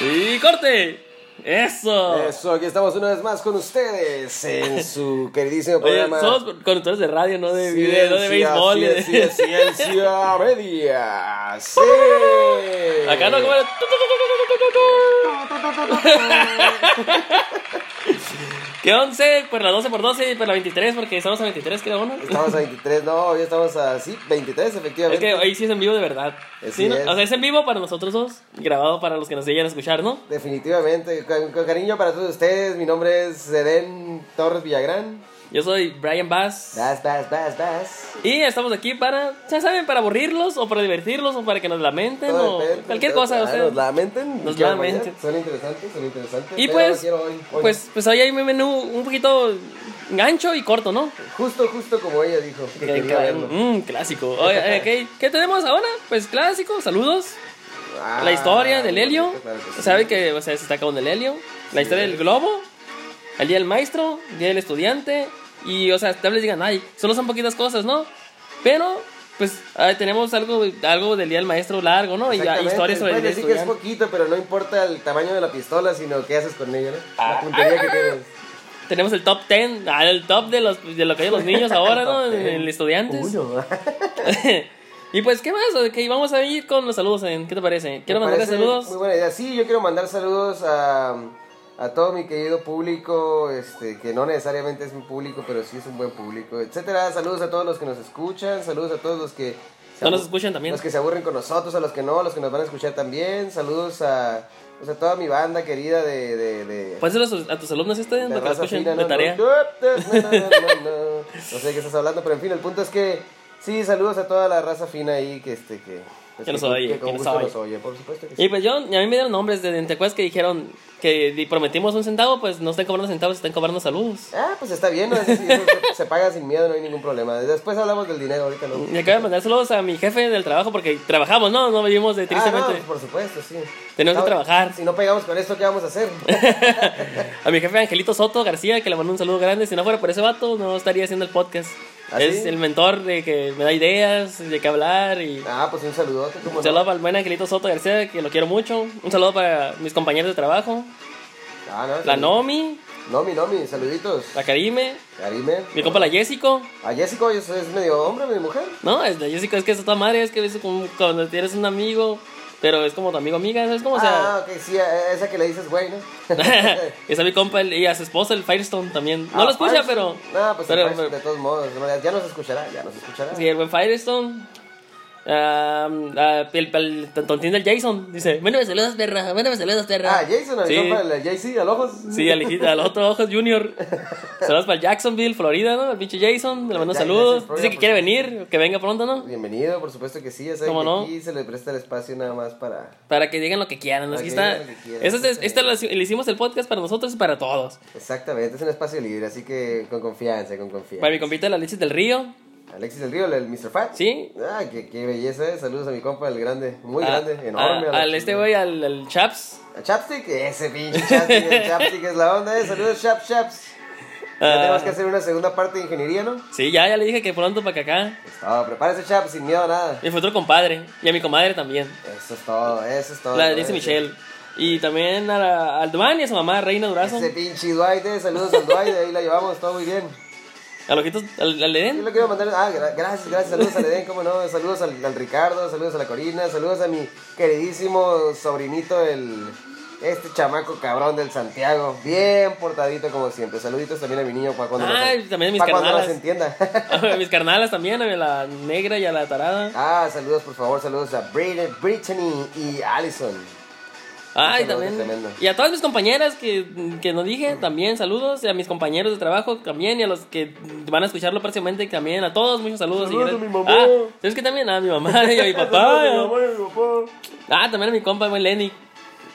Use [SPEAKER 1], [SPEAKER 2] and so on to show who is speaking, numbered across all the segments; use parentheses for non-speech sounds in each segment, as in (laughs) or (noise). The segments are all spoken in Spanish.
[SPEAKER 1] ¡Y corte! eso.
[SPEAKER 2] Eso, aquí estamos una vez más con
[SPEAKER 1] (laughs)
[SPEAKER 2] ustedes en su queridísimo
[SPEAKER 1] Oye,
[SPEAKER 2] programa.
[SPEAKER 1] somos conductores de radio, no de video, no de béisbol. ¿eh? ni de-
[SPEAKER 2] Ciencia, ciencia, ciencia media. Sí.
[SPEAKER 1] (laughs) Acá no, como era- tu, tu, tu, tu, tu, tu, tu, tu. (laughs) ¿Qué 11? Pues la 12 por 12, pues la 23, porque estamos a 23, queda uno.
[SPEAKER 2] Estamos a 23, no, hoy estamos a sí, 23
[SPEAKER 1] Es
[SPEAKER 2] efectivamente.
[SPEAKER 1] que hoy sí es en vivo de verdad.
[SPEAKER 2] Así
[SPEAKER 1] Sí, ¿no?
[SPEAKER 2] es.
[SPEAKER 1] O sea, es en vivo para nosotros dos, grabado para los que nos lleguen a escuchar, ¿no?
[SPEAKER 2] Definitivamente, con, con cariño para todos ustedes, mi nombre es Edén Torres Villagrán.
[SPEAKER 1] Yo soy Brian Bass.
[SPEAKER 2] Das, das, das, das.
[SPEAKER 1] Y estamos aquí para, ya saben, para aburrirlos o para divertirlos o para que nos lamenten
[SPEAKER 2] Todo
[SPEAKER 1] o
[SPEAKER 2] depende,
[SPEAKER 1] cualquier
[SPEAKER 2] todo-
[SPEAKER 1] cosa.
[SPEAKER 2] ah,
[SPEAKER 1] o sea.
[SPEAKER 2] Nos lamenten.
[SPEAKER 1] Nos
[SPEAKER 2] que vaya,
[SPEAKER 1] lamenten.
[SPEAKER 2] Son interesantes, son interesantes.
[SPEAKER 1] Y
[SPEAKER 2] pero
[SPEAKER 1] pues,
[SPEAKER 2] quiero hoy, hoy.
[SPEAKER 1] pues, pues hoy hay un menú un poquito gancho y corto, ¿no?
[SPEAKER 2] Justo, justo como ella dijo. Que
[SPEAKER 1] Que-
[SPEAKER 2] quería
[SPEAKER 1] que-
[SPEAKER 2] verlo.
[SPEAKER 1] mm, clásico. Oye, eh, ok, ¿Qué tenemos ahora? Pues clásico, saludos.
[SPEAKER 2] Ah,
[SPEAKER 1] la historia del helio.
[SPEAKER 2] claro que sí.
[SPEAKER 1] Sabe que o sea, se está acabando el helio. La historia del globo. El día del maestro. El día del estudiante. Y, o sea, tal vez digan, ay, solo son poquitas cosas, ¿no? Pero, pues, ah, tenemos algo, algo del día del maestro largo, ¿no? Y ya,
[SPEAKER 2] Exactamente.
[SPEAKER 1] historias sobre el
[SPEAKER 2] Puedes
[SPEAKER 1] día
[SPEAKER 2] decir que es
[SPEAKER 1] estudiante.
[SPEAKER 2] poquito, pero no importa el tamaño de la pistola, sino qué haces con ella, ¿no?
[SPEAKER 1] Ah.
[SPEAKER 2] La puntería que tienes.
[SPEAKER 1] Tenemos el top 10, ah, el top de, los, de lo que hay en los
[SPEAKER 2] (laughs)
[SPEAKER 1] niños ahora, ¿no?
[SPEAKER 2] Top
[SPEAKER 1] En
[SPEAKER 2] 10.
[SPEAKER 1] el estudiantes.
[SPEAKER 2] Uno.
[SPEAKER 1] y pues, ¿qué más? Ok, vamos a ir con los saludos, ¿eh? ¿qué te parece? Quiero
[SPEAKER 2] Me
[SPEAKER 1] mandarle
[SPEAKER 2] parece
[SPEAKER 1] saludos.
[SPEAKER 2] Muy buena idea. Sí, yo quiero mandar saludos a, a todo mi querido público, este, que no necesariamente es mi público, pero sí es un buen público, etcétera. Saludos a todos los que nos escuchan, saludos a todos los que se
[SPEAKER 1] No nos
[SPEAKER 2] abu-
[SPEAKER 1] escuchan también.
[SPEAKER 2] Los que se aburren con nosotros, a los que no, a los que nos van a escuchar también. Saludos a, pues, a toda mi banda querida de. de, de
[SPEAKER 1] Páselos a tus- a tus alumnos este,
[SPEAKER 2] de
[SPEAKER 1] para que lo
[SPEAKER 2] raza
[SPEAKER 1] escuchen
[SPEAKER 2] fina,
[SPEAKER 1] de
[SPEAKER 2] ¿no?
[SPEAKER 1] tarea.
[SPEAKER 2] No, no, no, no, no. No sé de qué estás hablando, pero en fin, el punto es que sí, saludos a toda la raza fina ahí que este que. pues,
[SPEAKER 1] Que nos oye,
[SPEAKER 2] con
[SPEAKER 1] que nos
[SPEAKER 2] gusto
[SPEAKER 1] oye.
[SPEAKER 2] nos oye, por supuesto que sí.
[SPEAKER 1] Y pues yo, y a mí me dieron nombres de de- ¿te acuerdas que dijeron que di- prometimos un centavo, pues no están cobrando centavos, están cobrando saludos.
[SPEAKER 2] Ah, pues está bien, ¿no? Eso sí, eso se, se paga sin miedo, no hay ningún problema. Después hablamos del dinero, ahorita no. pues,
[SPEAKER 1] Y acabo de mandar saludos a mi jefe del trabajo porque trabajamos, ¿no? No vivimos de
[SPEAKER 2] Ah, no,
[SPEAKER 1] tristemente.
[SPEAKER 2] por supuesto, sí.
[SPEAKER 1] Tenemos que
[SPEAKER 2] Estamos-
[SPEAKER 1] trabajar.
[SPEAKER 2] Si no pegamos con esto, ¿qué vamos a
[SPEAKER 1] (laughs)
[SPEAKER 2] hacer? pues.
[SPEAKER 1] A mi jefe Angelito Soto García, que le mando un saludo grande. Si no fuera por ese vato, no estaría haciendo el podcast.
[SPEAKER 2] ¿Ah,
[SPEAKER 1] es
[SPEAKER 2] sí?
[SPEAKER 1] el mentor de que me da ideas, de qué hablar. Y
[SPEAKER 2] Ah, pues un saludote, como
[SPEAKER 1] un saludo para el buen Angelito Soto García, que lo quiero mucho. Un saludo para mis compañeros de trabajo.
[SPEAKER 2] Ah, no.
[SPEAKER 1] La
[SPEAKER 2] sí.
[SPEAKER 1] Nomi,
[SPEAKER 2] Nomi, Nomi, saluditos.
[SPEAKER 1] la Karime,
[SPEAKER 2] Karime.
[SPEAKER 1] mi compa la Jessico.
[SPEAKER 2] A Jessico, ¿es, es medio hombre, medio mujer?
[SPEAKER 1] No, es la Jessica, es que es otra madre, es que es como cuando tienes un amigo, pero es como tu amigo amiga, ¿sabes cómo? O sea,
[SPEAKER 2] ah, ok, sí, a- esa que le dices, güey, ¿no?
[SPEAKER 1] (laughs) es a mi compa el- y a su esposa, el Firestone también. No
[SPEAKER 2] Ah,
[SPEAKER 1] lo escucha,
[SPEAKER 2] Firestone.
[SPEAKER 1] pero.
[SPEAKER 2] No, pues
[SPEAKER 1] pero-
[SPEAKER 2] el Firestone,
[SPEAKER 1] pero-
[SPEAKER 2] de todos modos, no, ya nos escuchará, ya nos escuchará.
[SPEAKER 1] Sí, el buen Firestone. Ah, ah, el, el tontín del Jason dice: Bueno, me saludas, perra. Bueno, me saludas, perra.
[SPEAKER 2] Ah, Jason, a mi
[SPEAKER 1] Sí.
[SPEAKER 2] compa, el JC, al ojos.
[SPEAKER 1] Sí, al, hijito- al otro ojo Junior. Saludos para Jacksonville, Florida, ¿no? Al pinche Jason. Le mando un
[SPEAKER 2] Ya-
[SPEAKER 1] saludo.
[SPEAKER 2] Jason Florida,
[SPEAKER 1] Dice que
[SPEAKER 2] por
[SPEAKER 1] quiere venir, que venga pronto, ¿no?
[SPEAKER 2] Bienvenido, por supuesto que sí, ya saben
[SPEAKER 1] ¿Cómo
[SPEAKER 2] que
[SPEAKER 1] no?
[SPEAKER 2] aquí se le presta el espacio nada más para...
[SPEAKER 1] Para que digan lo que quieran. ¿no?
[SPEAKER 2] Para
[SPEAKER 1] Aquí
[SPEAKER 2] que
[SPEAKER 1] está.
[SPEAKER 2] digan lo que quieran,
[SPEAKER 1] Este, es-
[SPEAKER 2] sí,
[SPEAKER 1] este
[SPEAKER 2] señor.
[SPEAKER 1] lo, le hicimos el podcast para nosotros y para todos.
[SPEAKER 2] Exactamente, es un espacio libre, así que con confianza, con confianza.
[SPEAKER 1] Para mi compita, la Alexis del Río.
[SPEAKER 2] Alexis del Río, el Mr. Fat.
[SPEAKER 1] Sí.
[SPEAKER 2] Ah, qué, qué belleza, eh. saludos a mi compa, el grande, muy
[SPEAKER 1] A-
[SPEAKER 2] grande, enorme.
[SPEAKER 1] a-
[SPEAKER 2] Alexis,
[SPEAKER 1] al este
[SPEAKER 2] eh.
[SPEAKER 1] güey, al, al Chaps.
[SPEAKER 2] ¿A Chapstick? Ese pinche Chapstick, el Chapstick es la onda, eh. Saludos, Chaps, Chaps. Ya
[SPEAKER 1] Ah.
[SPEAKER 2] tenemos que hacer una segunda parte de ingeniería, ¿no?
[SPEAKER 1] Sí, ya, ya le dije que pronto para que acá.
[SPEAKER 2] Es todo, prepárese, Chaps, sin miedo a nada.
[SPEAKER 1] Mi futuro compadre. Y a mi comadre también.
[SPEAKER 2] Eso es todo, eso es todo.
[SPEAKER 1] La
[SPEAKER 2] ¿no?
[SPEAKER 1] dice
[SPEAKER 2] Ese-
[SPEAKER 1] Michelle. Y también a la- al Duan y a su mamá, Reina Durazo.
[SPEAKER 2] Ese pinche Dwight, eh. saludos al Dwight, ahí la llevamos, todo muy bien.
[SPEAKER 1] Al ojitos, al, al
[SPEAKER 2] Yo
[SPEAKER 1] Edén. (laughs)
[SPEAKER 2] lo quiero mandar. Ah, gra- gracias, gracias. Saludos al Edén, cómo no. Saludos al, al Ricardo, saludos a la Corina, saludos a mi queridísimo sobrinito, el. Este chamaco cabrón del Santiago. Bien portadito como siempre. Saluditos también a mi niño para cuando.
[SPEAKER 1] Ay,
[SPEAKER 2] nos-
[SPEAKER 1] Ah, también a mis
[SPEAKER 2] pa' cuando
[SPEAKER 1] carnalas.
[SPEAKER 2] nos entienda. (laughs)
[SPEAKER 1] A mis carnalas también, a la negra y a la tarada.
[SPEAKER 2] ah, saludos por favor, saludos a Brit- Brittany y Allison.
[SPEAKER 1] Ay,
[SPEAKER 2] saludo
[SPEAKER 1] también.
[SPEAKER 2] tremendo.
[SPEAKER 1] Y a todas mis compañeras que, que no dije, también saludos. Y a mis compañeros de trabajo también. Y a los que van a escucharlo próximamente también. A todos, muchos saludos.
[SPEAKER 2] Saludos
[SPEAKER 1] y
[SPEAKER 2] a
[SPEAKER 1] gracias.
[SPEAKER 2] mi mamá.
[SPEAKER 1] Ah, ¿sabes qué también? A mi mamá y a mi
[SPEAKER 2] (laughs)
[SPEAKER 1] papá.
[SPEAKER 2] papá.
[SPEAKER 1] Ah, también a mi compa, el buen Lenny.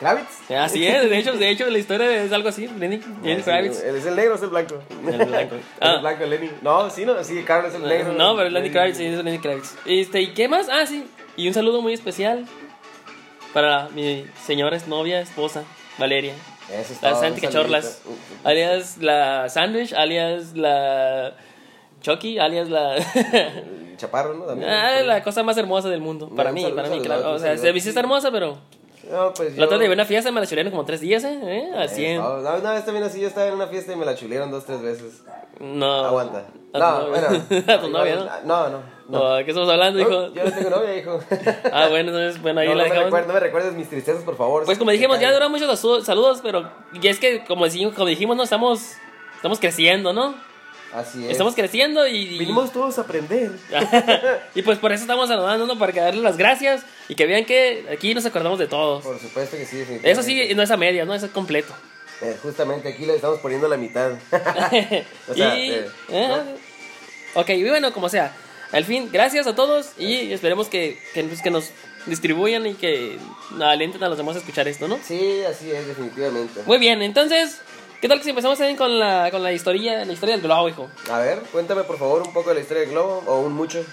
[SPEAKER 2] Kravitz.
[SPEAKER 1] Así es, de hecho, de hecho, la historia es algo así, Lenny, Lenny Kravitz.
[SPEAKER 2] ¿Es el negro o es el blanco?
[SPEAKER 1] El
[SPEAKER 2] (laughs)
[SPEAKER 1] blanco.
[SPEAKER 2] El
[SPEAKER 1] Ah,
[SPEAKER 2] blanco, Lenny. No, sí, no, sí, Carlos es el negro.
[SPEAKER 1] no, pero Lenny
[SPEAKER 2] Lenny.
[SPEAKER 1] Kravitz, sí, es Lenny Kravitz. Este, ¿y qué más? Ah, sí, y un saludo muy especial para mi señora es novia, esposa, Valeria.
[SPEAKER 2] Eso es
[SPEAKER 1] La
[SPEAKER 2] todo,
[SPEAKER 1] Santi
[SPEAKER 2] un
[SPEAKER 1] Cachorlas,
[SPEAKER 2] saludito.
[SPEAKER 1] alias la Sandwich, alias la Chucky, alias
[SPEAKER 2] (laughs)
[SPEAKER 1] la...
[SPEAKER 2] El Chaparro, ¿no? También.
[SPEAKER 1] Ah, la cosa más hermosa del mundo, para
[SPEAKER 2] Un
[SPEAKER 1] mí,
[SPEAKER 2] saludo,
[SPEAKER 1] para mí,
[SPEAKER 2] saludo,
[SPEAKER 1] claro. O
[SPEAKER 2] un
[SPEAKER 1] sea,
[SPEAKER 2] saludo.
[SPEAKER 1] se me sí está hermosa, pero...
[SPEAKER 2] No, pues
[SPEAKER 1] La
[SPEAKER 2] yo-
[SPEAKER 1] otra vez llevé una fiesta, me la chulearon como tres días, ¿eh? ¿Eh? Al
[SPEAKER 2] Eh,
[SPEAKER 1] 100.
[SPEAKER 2] no, no, una vez también así, yo estaba en una fiesta y me la chulearon dos, tres veces.
[SPEAKER 1] No.
[SPEAKER 2] Ah, Aguanta.
[SPEAKER 1] Ah, A tu
[SPEAKER 2] No,
[SPEAKER 1] novia. (laughs)
[SPEAKER 2] bueno.
[SPEAKER 1] A tu novia, ¿no?
[SPEAKER 2] No, no. no.
[SPEAKER 1] ¿O ¿a ¿Qué estamos hablando, hijo?
[SPEAKER 2] No, yo no tengo
[SPEAKER 1] (laughs)
[SPEAKER 2] novia, hijo.
[SPEAKER 1] Ah, bueno, entonces, bueno, ahí
[SPEAKER 2] (laughs) no,
[SPEAKER 1] la
[SPEAKER 2] no me
[SPEAKER 1] dejamos.
[SPEAKER 2] recuerdo, no me recuerdes mis tristezas, por favor.
[SPEAKER 1] Pues como
[SPEAKER 2] Que
[SPEAKER 1] dijimos, ya
[SPEAKER 2] caigan.
[SPEAKER 1] duran muchos asu- saludos, pero y es que como dijimos, como dijimos, no estamos estamos creciendo, ¿no?
[SPEAKER 2] Así es.
[SPEAKER 1] Estamos creciendo y, y,
[SPEAKER 2] Vinimos todos a aprender.
[SPEAKER 1] y pues por eso estamos saludando, ¿no? Para que darles las gracias y que vean que aquí nos acordamos de todos.
[SPEAKER 2] Por supuesto que sí, definitivamente.
[SPEAKER 1] Eso sí, no es a media, ¿no? Eso es completo.
[SPEAKER 2] Eh, justamente aquí le estamos poniendo la mitad. (laughs) O sea,
[SPEAKER 1] y,
[SPEAKER 2] eh,
[SPEAKER 1] ajá. Ok, y bueno, como sea. Al fin, gracias a todos y esperemos que, que, pues, que nos distribuyan y que alienten a los demás a escuchar esto, ¿no?
[SPEAKER 2] sí, así es, definitivamente.
[SPEAKER 1] Muy bien, entonces, ¿qué tal si empezamos también con la, con la historia, la historia del globo, hijo?
[SPEAKER 2] A ver, cuéntame por favor un poco de la historia del globo, o un mucho.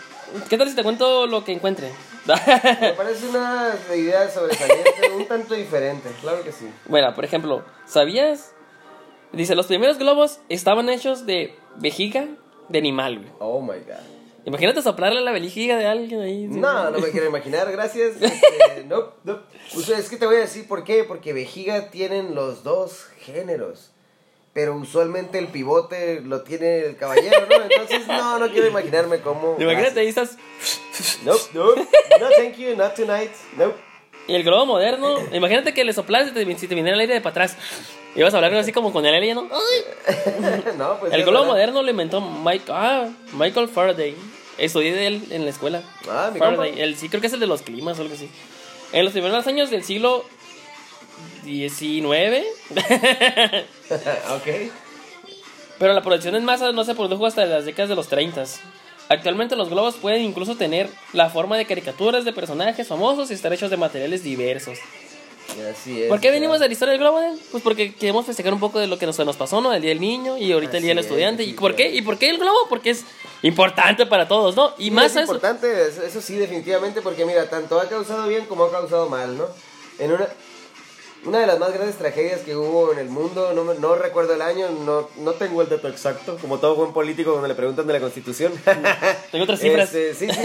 [SPEAKER 1] ¿Qué tal si te cuento lo que encuentre? (laughs)
[SPEAKER 2] Me parece una idea sobresaliente, un tanto diferente, claro que sí.
[SPEAKER 1] bueno, por ejemplo, ¿sabías? Dice, los primeros globos estaban hechos de vejiga de animal, güey.
[SPEAKER 2] Oh my god.
[SPEAKER 1] Imagínate soplarle la vejiga de alguien ahí. sí.
[SPEAKER 2] No, no me quiero imaginar, gracias. Este, no, no. O sea, es que te voy a decir por qué, porque vejiga tienen los dos géneros. Pero usualmente el pivote lo tiene el caballero, ¿no? Entonces, no, no quiero imaginarme cómo.
[SPEAKER 1] Imagínate, ahí estás...
[SPEAKER 2] Nope, nope. No, thank you, not tonight. Nope. (laughs)
[SPEAKER 1] Y el globo moderno, imagínate que le soplas y te, si te viniera el aire de para atrás. Y vas a hablar así como con el alien, ¿no?
[SPEAKER 2] no, pues.
[SPEAKER 1] El
[SPEAKER 2] es
[SPEAKER 1] globo
[SPEAKER 2] verdad.
[SPEAKER 1] moderno lo inventó Mike, ah, Michael Faraday. Estudié de él en la escuela.
[SPEAKER 2] Ah, mi
[SPEAKER 1] Faraday.
[SPEAKER 2] compa.
[SPEAKER 1] El, sí, creo que es el de los climas o algo así. En los primeros años del siglo XIX,
[SPEAKER 2] ok.
[SPEAKER 1] pero la producción en masa no se produjo hasta las décadas de los 30. Actualmente los globos pueden incluso tener la forma de caricaturas de personajes famosos y estar hechos de materiales diversos.
[SPEAKER 2] Y Así es.
[SPEAKER 1] ¿Por qué
[SPEAKER 2] ya.
[SPEAKER 1] venimos de la historia del globo? eh? Pues porque queremos festejar un poco de lo que nos, nos pasó, ¿no? El día del niño y ahorita el día del
[SPEAKER 2] Así es,
[SPEAKER 1] estudiante. ¿Y
[SPEAKER 2] sí,
[SPEAKER 1] por qué?
[SPEAKER 2] claro.
[SPEAKER 1] ¿Y por qué el globo? Porque es importante para todos, ¿no? Y
[SPEAKER 2] Sí,
[SPEAKER 1] más
[SPEAKER 2] es
[SPEAKER 1] a eso.
[SPEAKER 2] importante, eso, eso sí, definitivamente, porque mira, tanto ha causado bien como ha causado mal, ¿no? En una, una de las más grandes tragedias que hubo en el mundo, no, me- no recuerdo el año, no, no tengo el dato exacto, como todo buen político cuando le preguntan de la constitución.
[SPEAKER 1] (laughs) Tengo
[SPEAKER 2] (laughs)
[SPEAKER 1] otras cifras.
[SPEAKER 2] Este, sí, sí.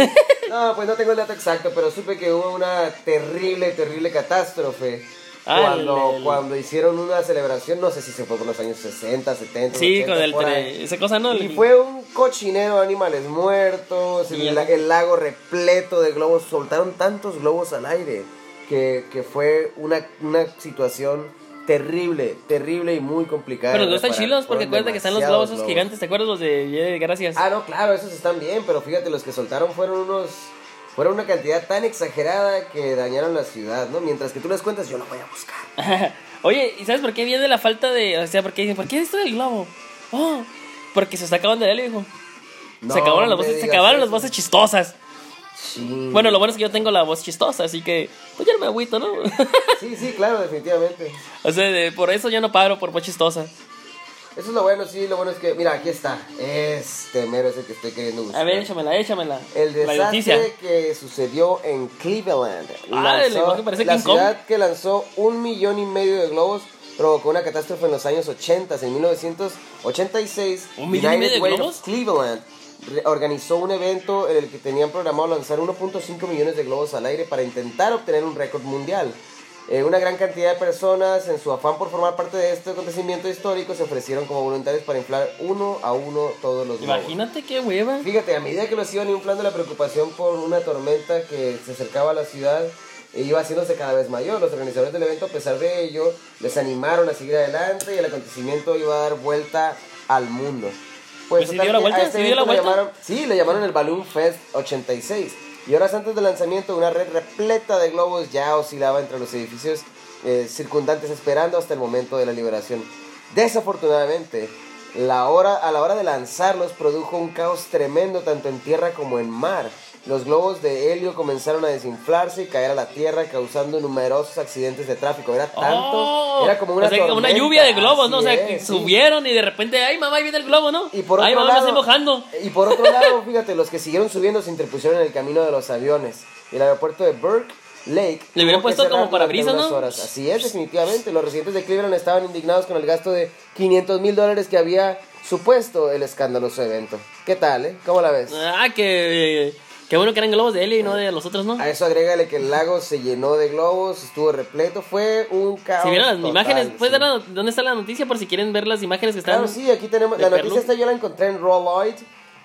[SPEAKER 2] No, pues no tengo el dato exacto, pero supe que hubo una terrible, terrible catástrofe.
[SPEAKER 1] Ah,
[SPEAKER 2] Cuando,
[SPEAKER 1] el- el-
[SPEAKER 2] cuando hicieron una celebración, no sé si se fue por los años 60, 70,
[SPEAKER 1] sí,
[SPEAKER 2] 80,
[SPEAKER 1] con el
[SPEAKER 2] por ahí.
[SPEAKER 1] tele- esa cosa, ¿no?
[SPEAKER 2] Y
[SPEAKER 1] El-
[SPEAKER 2] fue un cochinero, animales muertos,
[SPEAKER 1] Y
[SPEAKER 2] el,
[SPEAKER 1] el-
[SPEAKER 2] la- el lago repleto de globos, soltaron tantos globos al aire, que, que fue una, una situación terrible, terrible y muy complicada.
[SPEAKER 1] Pero los globos
[SPEAKER 2] está
[SPEAKER 1] están chilos porque acuérdate que están los globos esos gigantes, ¿te acuerdas los de Ye- Gracias?
[SPEAKER 2] Ah, no, claro, esos están bien, pero fíjate, los que soltaron fueron unos... Fueron una cantidad tan exagerada que dañaron la ciudad, ¿no? Mientras que tú las cuentas, yo la voy a buscar.
[SPEAKER 1] (laughs) Oye, ¿y sabes por qué viene la falta de. O sea, por qué dicen, ¿por qué esto del globo? Oh, porque se está acabando el hijo.
[SPEAKER 2] No
[SPEAKER 1] se acabaron las
[SPEAKER 2] me
[SPEAKER 1] voces, se
[SPEAKER 2] digas
[SPEAKER 1] acabaron
[SPEAKER 2] eso.
[SPEAKER 1] las
[SPEAKER 2] Mm.
[SPEAKER 1] voces chistosas.
[SPEAKER 2] Sí.
[SPEAKER 1] Bueno, lo bueno es que yo tengo la voz chistosa, así que. Pues yo no me agüito, ¿no? (laughs)
[SPEAKER 2] Sí, sí, claro, definitivamente.
[SPEAKER 1] O sea, de- por eso yo no paro, por voz chistosa.
[SPEAKER 2] Eso es lo bueno, sí, lo bueno es que, mira, aquí está. Este mero es el que estoy queriendo buscar.
[SPEAKER 1] A ver, échamela, échamela.
[SPEAKER 2] El
[SPEAKER 1] La noticia.
[SPEAKER 2] desastre que sucedió en Cleveland.
[SPEAKER 1] Ah, el lenguaje parece
[SPEAKER 2] la
[SPEAKER 1] King Kong.
[SPEAKER 2] ciudad que lanzó un millón y medio de globos provocó una catástrofe en los años 80. En 1986,
[SPEAKER 1] ¿Un millón y medio de
[SPEAKER 2] Way of
[SPEAKER 1] globos?
[SPEAKER 2] Cleveland re- organizó un evento en el que tenían programado lanzar 1.5 millones de globos al aire para intentar obtener un récord mundial. Eh, una gran cantidad de personas, en su afán por formar parte de este acontecimiento histórico, se ofrecieron como voluntarios para inflar uno a uno todos los globos.
[SPEAKER 1] Imagínate qué hueva.
[SPEAKER 2] Fíjate, a medida que los iban inflando la preocupación por una tormenta que se acercaba a la ciudad e iba haciéndose cada vez mayor, los organizadores del evento, a pesar de ello, les animaron a seguir adelante y el acontecimiento iba a dar vuelta al mundo.
[SPEAKER 1] Pues sí
[SPEAKER 2] total
[SPEAKER 1] dio la
[SPEAKER 2] que
[SPEAKER 1] vuelta,
[SPEAKER 2] a este
[SPEAKER 1] sí dio la
[SPEAKER 2] evento le
[SPEAKER 1] vuelta.
[SPEAKER 2] llamaron- sí, le llamaron el Balloon Fest 86. Y horas antes del lanzamiento, una red repleta de globos ya oscilaba entre los edificios eh, circundantes esperando hasta el momento de la liberación. Desafortunadamente, la hora, a la hora de lanzarlos produjo un caos tremendo tanto en tierra como en mar. Los globos de helio comenzaron a desinflarse y caer a la tierra causando numerosos accidentes de tráfico. Era tanto,
[SPEAKER 1] Oh,
[SPEAKER 2] era como una,
[SPEAKER 1] o sea, como una
[SPEAKER 2] tormenta,
[SPEAKER 1] lluvia de globos, ¿no? O
[SPEAKER 2] así
[SPEAKER 1] sea, que
[SPEAKER 2] es, sí.
[SPEAKER 1] subieron y de repente, ay mamá, ahí viene el globo, ¿no?
[SPEAKER 2] Y por otro
[SPEAKER 1] ay mamá,
[SPEAKER 2] lado,
[SPEAKER 1] me estoy mojando.
[SPEAKER 2] Y por otro lado, fíjate, los que siguieron subiendo se interpusieron en el camino de los aviones. Y el aeropuerto de Burke Lake.
[SPEAKER 1] Le hubieran
[SPEAKER 2] tuvo que
[SPEAKER 1] puesto como
[SPEAKER 2] cerrar durante
[SPEAKER 1] parabrisas,
[SPEAKER 2] unas
[SPEAKER 1] ¿no?
[SPEAKER 2] horas. Así es, definitivamente. Los residentes de Cleveland estaban indignados con el gasto de 500 mil dólares que había supuesto el escandaloso evento. ¿Qué tal, eh? ¿Cómo la ves?
[SPEAKER 1] Ah, que, Qué bueno que eran globos de helio y no de los otros, ¿no?
[SPEAKER 2] A eso agrégale que el lago se llenó de globos, estuvo repleto, fue un caos.
[SPEAKER 1] Si vieron las
[SPEAKER 2] total,
[SPEAKER 1] imágenes, puedes
[SPEAKER 2] sí.
[SPEAKER 1] ver la no- dónde está la noticia por si quieren ver las imágenes que están.
[SPEAKER 2] Claro, sí, aquí tenemos.
[SPEAKER 1] de
[SPEAKER 2] La noticia
[SPEAKER 1] Perlu.
[SPEAKER 2] esta yo la encontré en Rolloid,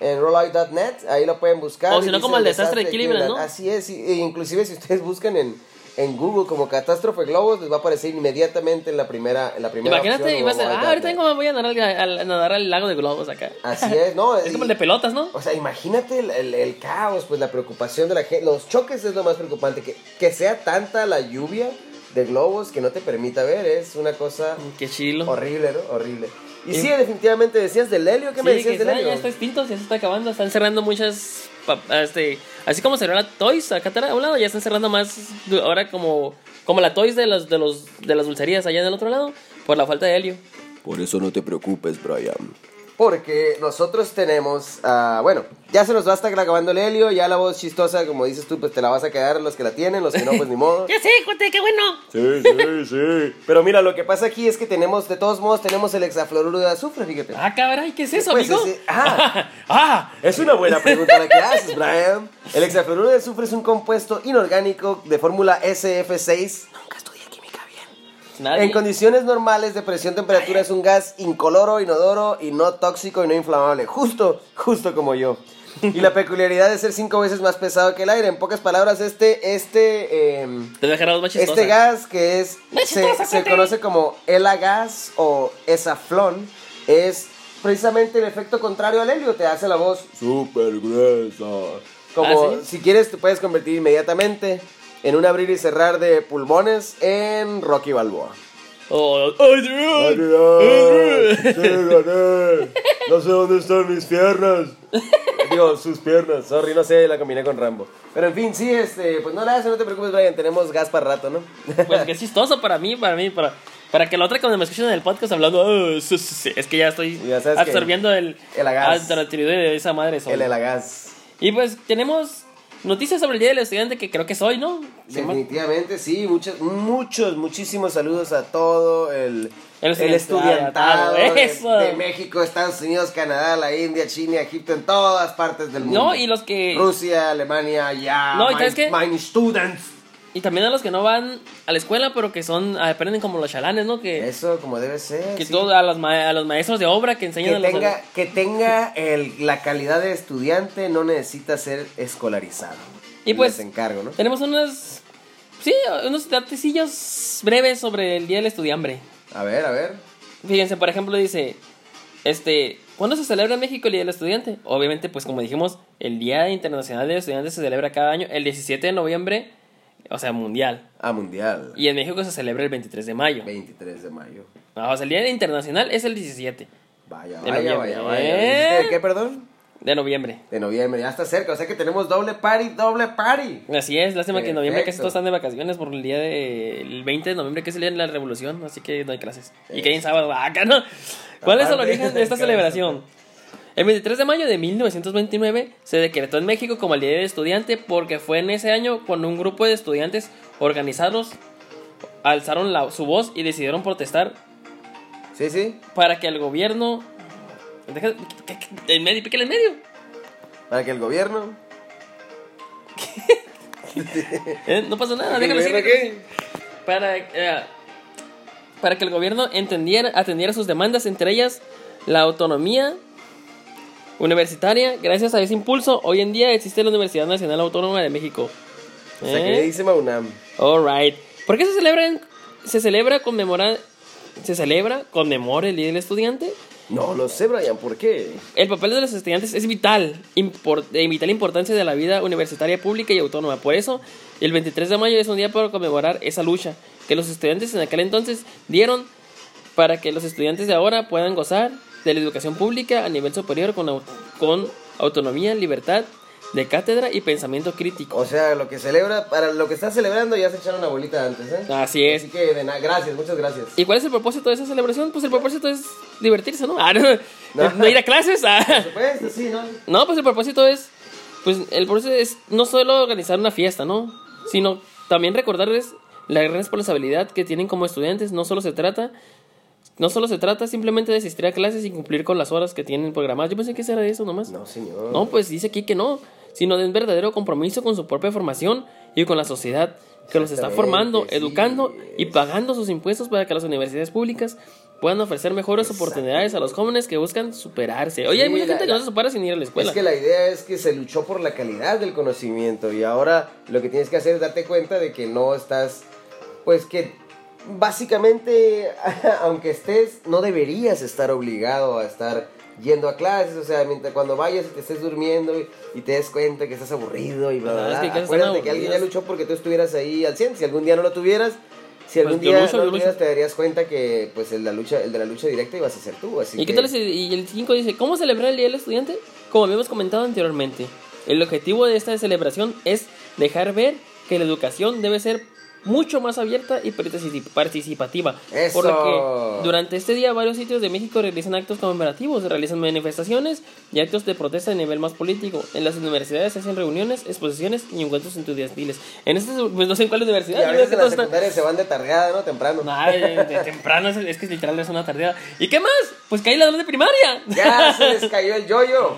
[SPEAKER 2] en rolloid.net, ahí lo pueden buscar.
[SPEAKER 1] O
[SPEAKER 2] y
[SPEAKER 1] Oh, si no,
[SPEAKER 2] dice
[SPEAKER 1] como el desastre de Cleveland, ¿no?
[SPEAKER 2] Así es, y- e inclusive si ustedes buscan en, en Google como catástrofe globos, les va a aparecer inmediatamente en la primera, en la primera opción
[SPEAKER 1] Imagínate,
[SPEAKER 2] en
[SPEAKER 1] iba a ser, ah,
[SPEAKER 2] rolloid.net".
[SPEAKER 1] ahorita vengo, me voy a nadar al, al- a nadar al lago de globos acá.
[SPEAKER 2] Así es,
[SPEAKER 1] (laughs)
[SPEAKER 2] ¿no?
[SPEAKER 1] Es como el
[SPEAKER 2] Y-
[SPEAKER 1] de pelotas, ¿no?
[SPEAKER 2] O sea, imagínate el, el- el caos, pues la preocupación de la gente. Los choques es lo más preocupante. Que, que sea tanta la lluvia de globos que no te permita ver, es una cosa
[SPEAKER 1] Qué chilo.
[SPEAKER 2] horrible, ¿no? Horrible. Y
[SPEAKER 1] Sí.
[SPEAKER 2] sí, definitivamente decías del helio. ¿Qué me
[SPEAKER 1] Sí,
[SPEAKER 2] decías
[SPEAKER 1] que "Ah,
[SPEAKER 2] del
[SPEAKER 1] ya,
[SPEAKER 2] helio?
[SPEAKER 1] ya está extinto, ya se está acabando. Están cerrando muchas. pa- Este, así como cerró la Toys acá atrás, a un lado, ya están cerrando más. du- Ahora como, como la Toys de, los, de, los, de las dulcerías allá del otro lado, por la falta de helio.
[SPEAKER 3] Por eso no te preocupes, Brian.
[SPEAKER 2] Porque nosotros tenemos, ah, bueno, ya se nos va a estar grabando el helio, ya la voz chistosa, como dices tú, pues te la vas a quedar los que la tienen, los que no, pues ni (laughs) modo.
[SPEAKER 1] Ya sé, cuate, qué bueno.
[SPEAKER 3] Sí, sí, sí.
[SPEAKER 2] Pero mira, lo que pasa aquí es que tenemos, de todos modos, tenemos el hexafluoruro de azufre, fíjate.
[SPEAKER 1] Ah, cabrón, ¿qué es eso,
[SPEAKER 2] Pues
[SPEAKER 1] amigo?
[SPEAKER 2] ese- ah.
[SPEAKER 1] (laughs) ah,
[SPEAKER 2] Es una buena pregunta la que haces, Brian. El hexafluoruro de azufre es un compuesto inorgánico de fórmula SF6.
[SPEAKER 1] nunca estudié química bien.
[SPEAKER 2] En
[SPEAKER 1] Nadie.
[SPEAKER 2] condiciones normales de presión, temperatura es un gas incoloro, inodoro y no tóxico y no inflamable. Justo, justo como yo. Y la peculiaridad de ser cinco veces más pesado que el aire. En pocas palabras, este, este, em,
[SPEAKER 1] Te dejaron más chistosa.
[SPEAKER 2] este gas que es
[SPEAKER 1] No es
[SPEAKER 2] se,
[SPEAKER 1] chistosa,
[SPEAKER 2] se
[SPEAKER 1] cuate.
[SPEAKER 2] conoce como elagas o esaflón es precisamente el efecto contrario al helio. Te hace la voz
[SPEAKER 3] Super gruesa.
[SPEAKER 2] como
[SPEAKER 1] ¿Ah,
[SPEAKER 2] si quieres te puedes convertir inmediatamente en un abrir y cerrar de pulmones en Rocky Balboa.
[SPEAKER 1] Oh, Adrián.
[SPEAKER 3] ¡Sí, gané! No sé dónde están mis piernas.
[SPEAKER 2] Digo, sus piernas, sorry, no sé, la combiné con Rambo. Pero en fin, sí, este, pues no la haces, no te preocupes, Brian, tenemos gas para
[SPEAKER 1] (laughs)
[SPEAKER 2] rato, ¿no?
[SPEAKER 1] Pues que es chistoso para mí, para mí, para, para que la otra cuando me escuchen en el podcast hablando, "Ah, sí, sí, sí", es que ya estoy
[SPEAKER 2] Ya sabes que
[SPEAKER 1] absorbiendo el,
[SPEAKER 2] el agaz.
[SPEAKER 1] antirotiroideo de esa madre. soy.
[SPEAKER 2] El elagas.
[SPEAKER 1] Y pues tenemos noticias sobre el Día del Estudiante que creo que soy, ¿no? Se llama-
[SPEAKER 2] Definitivamente, sí, muchos, muchos, muchísimos saludos a todo el,
[SPEAKER 1] El
[SPEAKER 2] el
[SPEAKER 1] estudiantado,
[SPEAKER 2] estudiantado
[SPEAKER 1] (laughs) eso.
[SPEAKER 2] de, de México, Estados Unidos, Canadá, la India, China, Egipto, en todas partes del mundo.
[SPEAKER 1] No, y los que...
[SPEAKER 2] Rusia, Alemania, ya.
[SPEAKER 1] No, ¿y
[SPEAKER 2] my-
[SPEAKER 1] sabes qué?
[SPEAKER 2] my students.
[SPEAKER 1] Y también a los que no van a la escuela, pero que son ah, aprenden como los chalanes, ¿no? Que,
[SPEAKER 2] Eso, como debe ser.
[SPEAKER 1] que
[SPEAKER 2] sí.
[SPEAKER 1] todo- a, los ma- a los maestros de obra que enseñan
[SPEAKER 2] que
[SPEAKER 1] a los...
[SPEAKER 2] tenga, que tenga el- la calidad de estudiante no necesita ser escolarizado.
[SPEAKER 1] Y pues-
[SPEAKER 2] Les encargo, ¿no?
[SPEAKER 1] Tenemos unas... Sí, unos datecillos breves sobre el Día del Estudiambre.
[SPEAKER 2] A ver, a ver.
[SPEAKER 1] Fíjense, por ejemplo, dice, este, ¿cuándo se celebra en México el Día del Estudiante? Obviamente, pues como dijimos, el Día Internacional del Estudiante se celebra cada año el 17 de noviembre, o sea, mundial.
[SPEAKER 2] A mundial.
[SPEAKER 1] Y en México se celebra el 23 de mayo.
[SPEAKER 2] 23 de mayo.
[SPEAKER 1] No, o sea, el Día Internacional es el 17
[SPEAKER 2] Vaya,
[SPEAKER 1] De
[SPEAKER 2] vaya,
[SPEAKER 1] noviembre.
[SPEAKER 2] vaya, vaya. ¿Dijiste ¿De qué, perdón?
[SPEAKER 1] de noviembre.
[SPEAKER 2] De noviembre, ya está cerca, o sea que tenemos doble party, doble party.
[SPEAKER 1] Así es, lástima que en noviembre casi
[SPEAKER 2] Perfecto.
[SPEAKER 1] todos están de vacaciones por el día de, el 20 de noviembre, que es el día de la revolución, así que no hay clases. Y que hay en sábado, acá no. ¿Cuál es el
[SPEAKER 2] Aparte,
[SPEAKER 1] origen de esta
[SPEAKER 2] claro,
[SPEAKER 1] celebración? El 23 de mayo de 1929 se decretó en México como el Día del Estudiante porque fue en ese año cuando un grupo de estudiantes organizados alzaron la- su voz y decidieron protestar
[SPEAKER 2] Sí, sí,
[SPEAKER 1] para que el gobierno... Deja- que- que- en medio, píquele en medio.
[SPEAKER 2] para que el gobierno.
[SPEAKER 1] Eh, No pasó nada,
[SPEAKER 2] Ok,
[SPEAKER 1] déjalo así.
[SPEAKER 2] bueno,
[SPEAKER 1] déjalo así. Para, eh, para que el gobierno entendiera, atendiera sus demandas, entre ellas la autonomía universitaria. Gracias a ese impulso, hoy en día existe la Universidad Nacional Autónoma de México.
[SPEAKER 2] O sea,
[SPEAKER 1] Eh,
[SPEAKER 2] queridísima UNAM.
[SPEAKER 1] all right. ¿Por qué se celebra, en- se celebra conmemora, se celebra, conmemora el Día del Estudiante?
[SPEAKER 2] No lo sé, Brian, ¿por qué?
[SPEAKER 1] El papel de los estudiantes es vital, impor- de vital importancia de la vida universitaria pública y autónoma. Por eso, el 23 de mayo es un día para conmemorar esa lucha que los estudiantes en aquel entonces dieron para que los estudiantes de ahora puedan gozar de la educación pública a nivel superior con, au- con autonomía, libertad de cátedra y pensamiento crítico.
[SPEAKER 2] O sea, lo que celebra, para lo que está celebrando ya se echaron una bolita antes, ¿eh?
[SPEAKER 1] Así es.
[SPEAKER 2] Así que de nada, gracias, muchas gracias.
[SPEAKER 1] ¿Y cuál es el propósito de esa celebración? Pues el propósito es divertirse, ¿no? Ah, no, (laughs) no ir a clases. ah.
[SPEAKER 2] Por supuesto, sí, ¿no?
[SPEAKER 1] No, pues el propósito es. Pues el propósito es no solo organizar una fiesta, ¿no? Sino también recordarles la gran responsabilidad que tienen como estudiantes. No solo se trata. No solo se trata simplemente de asistir a clases y cumplir con las horas que tienen programadas. Yo pensé que eso era de eso nomás.
[SPEAKER 2] No, señor.
[SPEAKER 1] No, pues dice aquí que no. sino de un verdadero compromiso con su propia formación y con la sociedad que los está
[SPEAKER 2] Exactamente,
[SPEAKER 1] formando,
[SPEAKER 2] sí.
[SPEAKER 1] educando y pagando sus impuestos para que las universidades públicas puedan ofrecer mejores oportunidades a los jóvenes que buscan superarse. Oye, hay
[SPEAKER 2] Sí,
[SPEAKER 1] mucha
[SPEAKER 2] la-
[SPEAKER 1] gente que no
[SPEAKER 2] la-
[SPEAKER 1] se supera sin ir a pues la escuela.
[SPEAKER 2] Es que la idea es que se luchó por la calidad del conocimiento y ahora lo que tienes que hacer es darte cuenta de que no estás, pues que básicamente, (laughs) aunque estés, no deberías estar obligado a estar yendo a clases, o sea, mientras cuando vayas y te estés durmiendo y, y te des cuenta que estás aburrido y bla,
[SPEAKER 1] Ah, es
[SPEAKER 2] bla, bla.
[SPEAKER 1] que hay clases tan
[SPEAKER 2] Acuérdate que alguien ya
[SPEAKER 1] aburridas.
[SPEAKER 2] luchó porque tú estuvieras ahí al 100, si algún día no lo tuvieras... Si
[SPEAKER 1] Pues
[SPEAKER 2] algún
[SPEAKER 1] yo
[SPEAKER 2] día
[SPEAKER 1] lucho,
[SPEAKER 2] no
[SPEAKER 1] yo
[SPEAKER 2] lo tuvieras,
[SPEAKER 1] lucho.
[SPEAKER 2] te darías cuenta que pues el de la lucha, el de la lucha directa ibas a ser tú. Así
[SPEAKER 1] ¿Y qué
[SPEAKER 2] que-
[SPEAKER 1] tal si- y el 5 dice, ¿cómo celebrar el Día del Estudiante? Como habíamos comentado anteriormente, el objetivo de esta celebración es dejar ver que la educación debe ser mucho más abierta y partici- participativa. Por lo
[SPEAKER 2] ¡Eso!
[SPEAKER 1] que durante este día varios sitios de México realizan actos conmemorativos, realizan manifestaciones y actos de protesta a nivel más político. En las universidades se hacen reuniones, exposiciones y encuentros estudiantiles. En este, pues no sé en cuál universidad.
[SPEAKER 2] Y
[SPEAKER 1] yo
[SPEAKER 2] a
[SPEAKER 1] veo
[SPEAKER 2] veces
[SPEAKER 1] que
[SPEAKER 2] en la
[SPEAKER 1] todos están-
[SPEAKER 2] secundaria se van de tardeada, ¿no? Temprano.
[SPEAKER 1] Ay, de- de temprano, es, es que literal es una tardeada. ¿Y qué más? Pues que hay ladrón de primaria.
[SPEAKER 2] (laughs) Ya se les cayó el yoyo.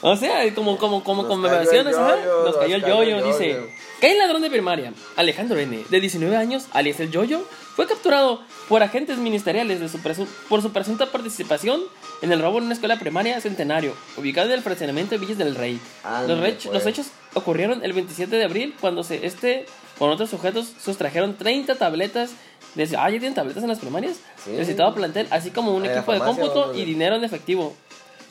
[SPEAKER 1] O sea, como, como, como
[SPEAKER 2] Nos
[SPEAKER 1] conmemoraciones,
[SPEAKER 2] cayó el
[SPEAKER 1] ajá.
[SPEAKER 2] yoyo,
[SPEAKER 1] Nos cayó el yoyo, dice.
[SPEAKER 2] yoyo.
[SPEAKER 1] Cae el ladrón de primaria, Alejandro N., de 19 años, alias el yoyo, fue capturado por agentes ministeriales de su presu- por su presunta participación en el robo en una escuela primaria centenario, ubicada en el fraccionamiento de Villas del Rey.
[SPEAKER 2] Ándale,
[SPEAKER 1] Los, rech-
[SPEAKER 2] pues.
[SPEAKER 1] los hechos ocurrieron el 27 de abril cuando se, este con otros sujetos sustrajeron 30 tabletas. De, ah, ¿ya tienen tabletas en las primarias?
[SPEAKER 2] Sí.
[SPEAKER 1] Del citado plantel, así como un
[SPEAKER 2] Ahí la
[SPEAKER 1] equipo de
[SPEAKER 2] farmacia,
[SPEAKER 1] cómputo
[SPEAKER 2] ¿dónde?
[SPEAKER 1] y dinero en efectivo.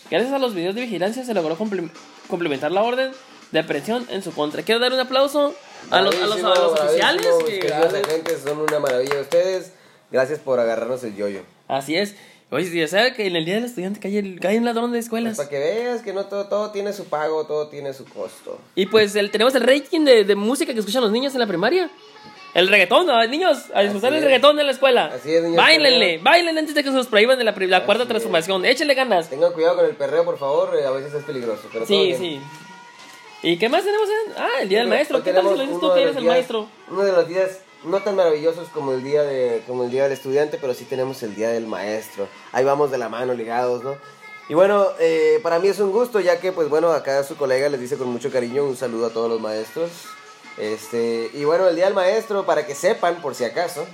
[SPEAKER 1] Gracias a los videos de vigilancia se logró complim- complementar la orden de aprehensión en su contra. Quiero dar un aplauso a los, a los, a los
[SPEAKER 2] Bravísimo,
[SPEAKER 1] oficiales.
[SPEAKER 2] bravísimo,
[SPEAKER 1] que-
[SPEAKER 2] mis queridos agentes, son una maravilla. Ustedes, gracias por agarrarnos el yoyo.
[SPEAKER 1] así es. Oye, si ya sabe que en el día del estudiante cae, el- cae un ladrón de escuelas.
[SPEAKER 2] para que veas que no todo, todo tiene su pago, todo tiene su costo.
[SPEAKER 1] Y pues el- tenemos el ranking de, de música que escuchan los niños en la primaria. El reggaetón, ah, niños, a disfrutar
[SPEAKER 2] Así
[SPEAKER 1] el
[SPEAKER 2] es.
[SPEAKER 1] reggaetón en la escuela.
[SPEAKER 2] Así es, niños,
[SPEAKER 1] Báilenle,
[SPEAKER 2] también.
[SPEAKER 1] báilenle antes de que se los prohíban de la, pri- la cuarta
[SPEAKER 2] es.
[SPEAKER 1] transformación. Échenle ganas.
[SPEAKER 2] Tengan cuidado con el perreo, por favor, eh, a veces es peligroso. Pero todo
[SPEAKER 1] Sí,
[SPEAKER 2] bien.
[SPEAKER 1] sí. ¿Y qué más tenemos? eh? Ah, el día del
[SPEAKER 2] Bueno,
[SPEAKER 1] maestro.
[SPEAKER 2] hoy
[SPEAKER 1] ¿Qué tal si
[SPEAKER 2] tenemos
[SPEAKER 1] lo dices
[SPEAKER 2] uno
[SPEAKER 1] tú
[SPEAKER 2] de
[SPEAKER 1] que eres
[SPEAKER 2] los
[SPEAKER 1] el
[SPEAKER 2] días-
[SPEAKER 1] maestro?
[SPEAKER 2] Uno de los días no tan maravillosos como el día de como el día del estudiante, pero sí tenemos el día del maestro. Ahí vamos de la mano ligados, ¿no? Y bueno, eh, para mí es un gusto ya que pues bueno, acá su colega les dice con mucho cariño un saludo a todos los maestros. Este, y bueno, el día del maestro para que sepan por si acaso,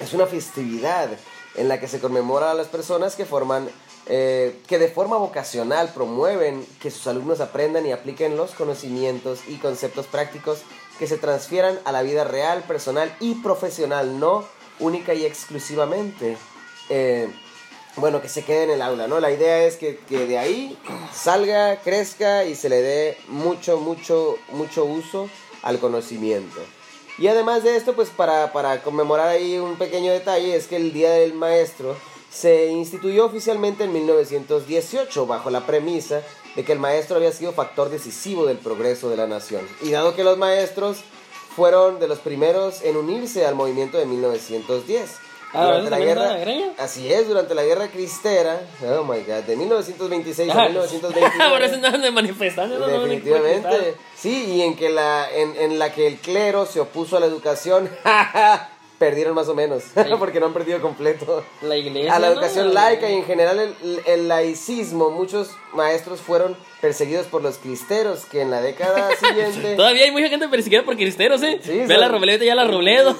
[SPEAKER 2] es una festividad en la que se conmemora a las personas que forman, eh, que de forma vocacional promueven que sus alumnos aprendan y apliquen los conocimientos y conceptos prácticos que se transfieran a la vida real, personal y profesional, no única y exclusivamente. eh, bueno, que se quede en el aula, ¿no? La idea es que, que de ahí salga, crezca y se le dé mucho, mucho, mucho uso al conocimiento. Y además de esto, pues para, para conmemorar ahí un pequeño detalle, es que el Día del Maestro se instituyó oficialmente en 1918 bajo la premisa de que el maestro había sido factor decisivo del progreso de la nación. Y dado que los maestros fueron de los primeros en unirse al movimiento de 1910.
[SPEAKER 1] Ah, ¿eso también era la greña?
[SPEAKER 2] así es, durante la guerra cristera, oh my god, de 1926 a
[SPEAKER 1] Ajá. (laughs)
[SPEAKER 2] 1929.
[SPEAKER 1] Ahora se andan de manifestando. ¿no?
[SPEAKER 2] Definitivamente. Sí, y en que la en, en la que el clero se opuso a la educación, (laughs) perdieron más o menos, (laughs) porque no han perdido completo.
[SPEAKER 1] La iglesia.
[SPEAKER 2] A la
[SPEAKER 1] ¿no?
[SPEAKER 2] educación laica y en general el, el laicismo, muchos maestros fueron perseguidos por los cristeros que en
[SPEAKER 1] (laughs)
[SPEAKER 2] la década siguiente
[SPEAKER 1] Todavía hay mucha gente perseguida por cristeros, ¿eh?
[SPEAKER 2] Sí,
[SPEAKER 1] Ve
[SPEAKER 2] son-
[SPEAKER 1] a la Robledo, ya la Robledo.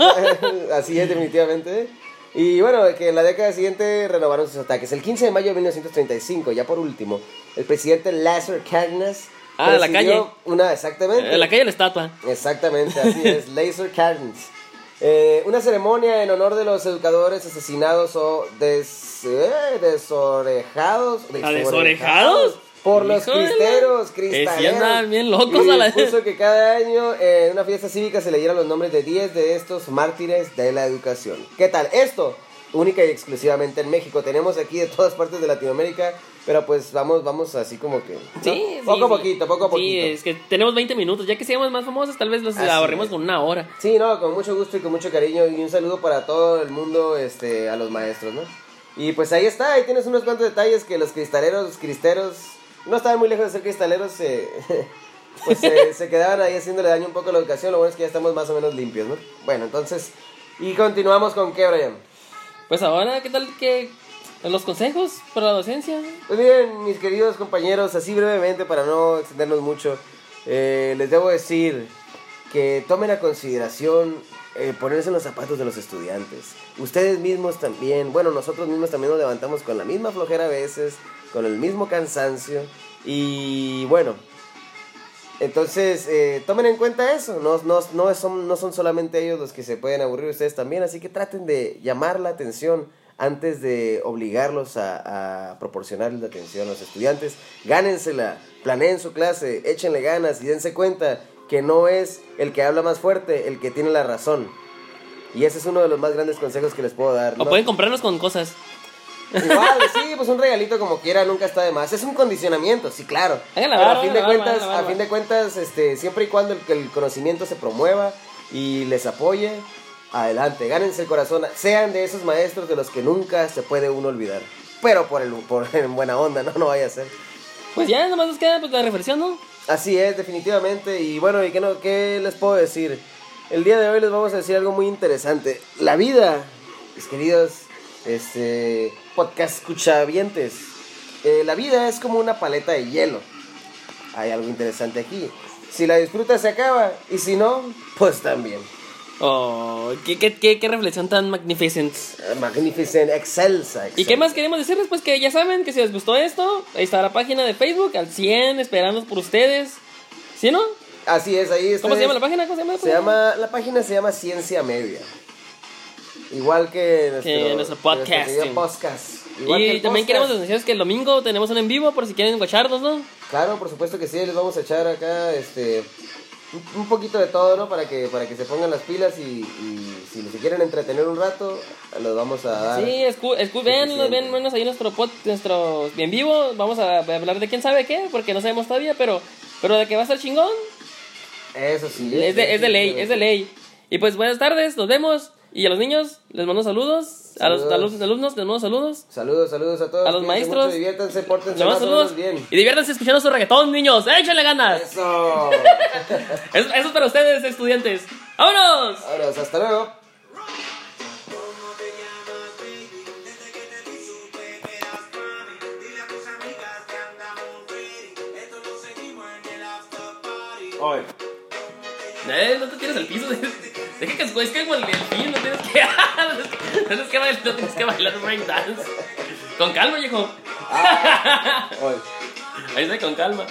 [SPEAKER 2] (laughs) Así es, definitivamente. Y bueno, que en la década siguiente renovaron sus ataques. El 15 de mayo de 1935, ya por último, el presidente Lázaro Cárdenas.
[SPEAKER 1] Ah, la
[SPEAKER 2] presidió
[SPEAKER 1] calle.
[SPEAKER 2] Una, exactamente.
[SPEAKER 1] en (laughs) la calle la estatua.
[SPEAKER 2] Exactamente, así es, Laser Cardens. Eh, una ceremonia en honor de los educadores asesinados o des, eh, desorejados.
[SPEAKER 1] ¿A desorejados?
[SPEAKER 2] Por los
[SPEAKER 1] Híjole.
[SPEAKER 2] cristeros,
[SPEAKER 1] Que Eh, sí
[SPEAKER 2] cristaleros.
[SPEAKER 1] andaban bien locos
[SPEAKER 2] Y
[SPEAKER 1] a la-
[SPEAKER 2] dispuso que cada año eh, en una fiesta cívica se leyeran los nombres de 10 de estos mártires de la educación. ¿Qué tal? Esto, única y exclusivamente en México. Tenemos aquí de todas partes de Latinoamérica, pero pues vamos, vamos así como que... ¿no?
[SPEAKER 1] Sí,
[SPEAKER 2] Poco
[SPEAKER 1] sí,
[SPEAKER 2] a poquito, poco a
[SPEAKER 1] sí,
[SPEAKER 2] poquito.
[SPEAKER 1] es que tenemos 20 minutos. Ya que seamos más famosos, tal vez los
[SPEAKER 2] Así
[SPEAKER 1] ahorremos
[SPEAKER 2] es.
[SPEAKER 1] con una hora.
[SPEAKER 2] Sí, no, con mucho gusto y con mucho cariño y un saludo para todo el mundo, este, a los maestros, ¿no? Y pues ahí está, ahí tienes unos cuantos detalles que los cristaleros, los cristeros, no estaban muy lejos de ser cristaleros, eh, (laughs) pues se- se quedaban ahí haciéndole daño un poco a la educación, lo bueno es que ya estamos más o menos limpios, ¿no? Bueno, entonces, y continuamos con qué, Brian.
[SPEAKER 1] Pues ahora, ¿qué tal que los consejos para la docencia?
[SPEAKER 2] Pues bien, mis queridos compañeros, así brevemente para no extendernos mucho. Eh, les debo decir que tomen a consideración eh, ponerse en los zapatos de los estudiantes. Ustedes mismos también, bueno, nosotros mismos también nos levantamos con la misma flojera a veces, con el mismo cansancio. Y bueno, entonces eh, tomen en cuenta eso. No, no, no, son, no son solamente ellos los que se pueden aburrir, ustedes también. Así que traten de llamar la atención antes de obligarlos a, a proporcionarles la atención a los estudiantes. Gánensela, planeen su clase, échenle ganas y dense cuenta que no es el que habla más fuerte el que tiene la razón. Y ese es uno de los más grandes consejos que les puedo dar.
[SPEAKER 1] O
[SPEAKER 2] ¿no?
[SPEAKER 1] pueden comprarlos con cosas.
[SPEAKER 2] Igual, sí, pues un regalito como quiera nunca está de más. Es un condicionamiento, sí, claro.
[SPEAKER 1] Háganla
[SPEAKER 2] Pero
[SPEAKER 1] barba,
[SPEAKER 2] a fin
[SPEAKER 1] háganla
[SPEAKER 2] de
[SPEAKER 1] barba,
[SPEAKER 2] cuentas,
[SPEAKER 1] háganla barba.
[SPEAKER 2] a fin de cuentas, este, siempre y cuando el, que el conocimiento se promueva y les apoye, adelante, gánense el corazón, sean de esos maestros de los que nunca se puede uno olvidar. Pero por el por en buena onda, no no vaya a ser.
[SPEAKER 1] Pues ya, nomás nos queda pues, la reflexión, ¿no?
[SPEAKER 2] Así es, definitivamente. Y bueno, ¿y qué, no, qué les puedo decir? El día de hoy les vamos a decir algo muy interesante. La vida, mis queridos este, podcast escuchavientes. eh, la vida es como una paleta de hielo. Hay algo interesante aquí. Si la disfrutas se acaba y si no, pues también.
[SPEAKER 1] Oh, qué, qué, qué, qué reflexión tan magnificent.
[SPEAKER 2] Eh, Magnificent, excelsa,
[SPEAKER 1] ¿Y qué
[SPEAKER 2] excelsa.
[SPEAKER 1] más queremos decirles? Pues que ya saben que si les gustó esto, ahí está la página de Facebook, al 100, esperándonos por ustedes. ¿Sí, no?
[SPEAKER 2] Así Este es, ahí
[SPEAKER 1] ¿Cómo
[SPEAKER 2] ustedes-
[SPEAKER 1] se llama la página? ¿Cómo se llama?
[SPEAKER 2] Se llama, la página se llama Ciencia Media. Igual que nuestro,
[SPEAKER 1] Que nuestro
[SPEAKER 2] nuestro querido
[SPEAKER 1] podcasting.
[SPEAKER 2] podcast. Igual que
[SPEAKER 1] Y
[SPEAKER 2] el
[SPEAKER 1] también
[SPEAKER 2] podcast.
[SPEAKER 1] queremos decirles que el domingo tenemos un en vivo por si quieren guacharnos, ¿no?
[SPEAKER 2] Claro, por supuesto que sí, les vamos a echar acá este un- un poquito de todo, ¿no? Para que para que se pongan las pilas y, y si se quieren entretener un rato, los vamos a dar.
[SPEAKER 1] Sí, escu escu ven, nos ven, venos ahí nuestro pod, nuestro en vivo. Vamos a hablar de quién sabe qué, porque no sabemos todavía, pero, pero de que va a estar chingón,
[SPEAKER 2] Eso sí.
[SPEAKER 1] es de, es de ley,
[SPEAKER 2] definitivamente.
[SPEAKER 1] es de ley. Y pues buenas tardes, nos vemos. Y a los niños les mando saludos. A los
[SPEAKER 2] Saludos.
[SPEAKER 1] alum- alumnos les mando saludos.
[SPEAKER 2] Saludos, saludos a todos.
[SPEAKER 1] A los
[SPEAKER 2] cuídense
[SPEAKER 1] maestros.
[SPEAKER 2] mucho, diviértanse,
[SPEAKER 1] Les
[SPEAKER 2] pórtense
[SPEAKER 1] mando
[SPEAKER 2] más o menos
[SPEAKER 1] saludos.
[SPEAKER 2] bien.
[SPEAKER 1] Y diviértanse escuchando su reggaetón, niños. Échenle ganas.
[SPEAKER 2] Eso.
[SPEAKER 1] Es- Eso es para ustedes, estudiantes. ¡Vámonos!
[SPEAKER 2] Ahora, hasta luego.
[SPEAKER 4] ¿Cómo te llamas, baby? Desde que te vi supe que eras mami Dile a tus amigas que andamos ready Esto lo seguimos en el after party
[SPEAKER 3] Oye.
[SPEAKER 1] Eh, no te tires al piso. Deja que es que el delfín, no tienes que. (laughs) No tienes que bailar, no tienes que bailar breakdance. Con calma, viejo.
[SPEAKER 2] Oye.
[SPEAKER 1] Ahí está, con calma.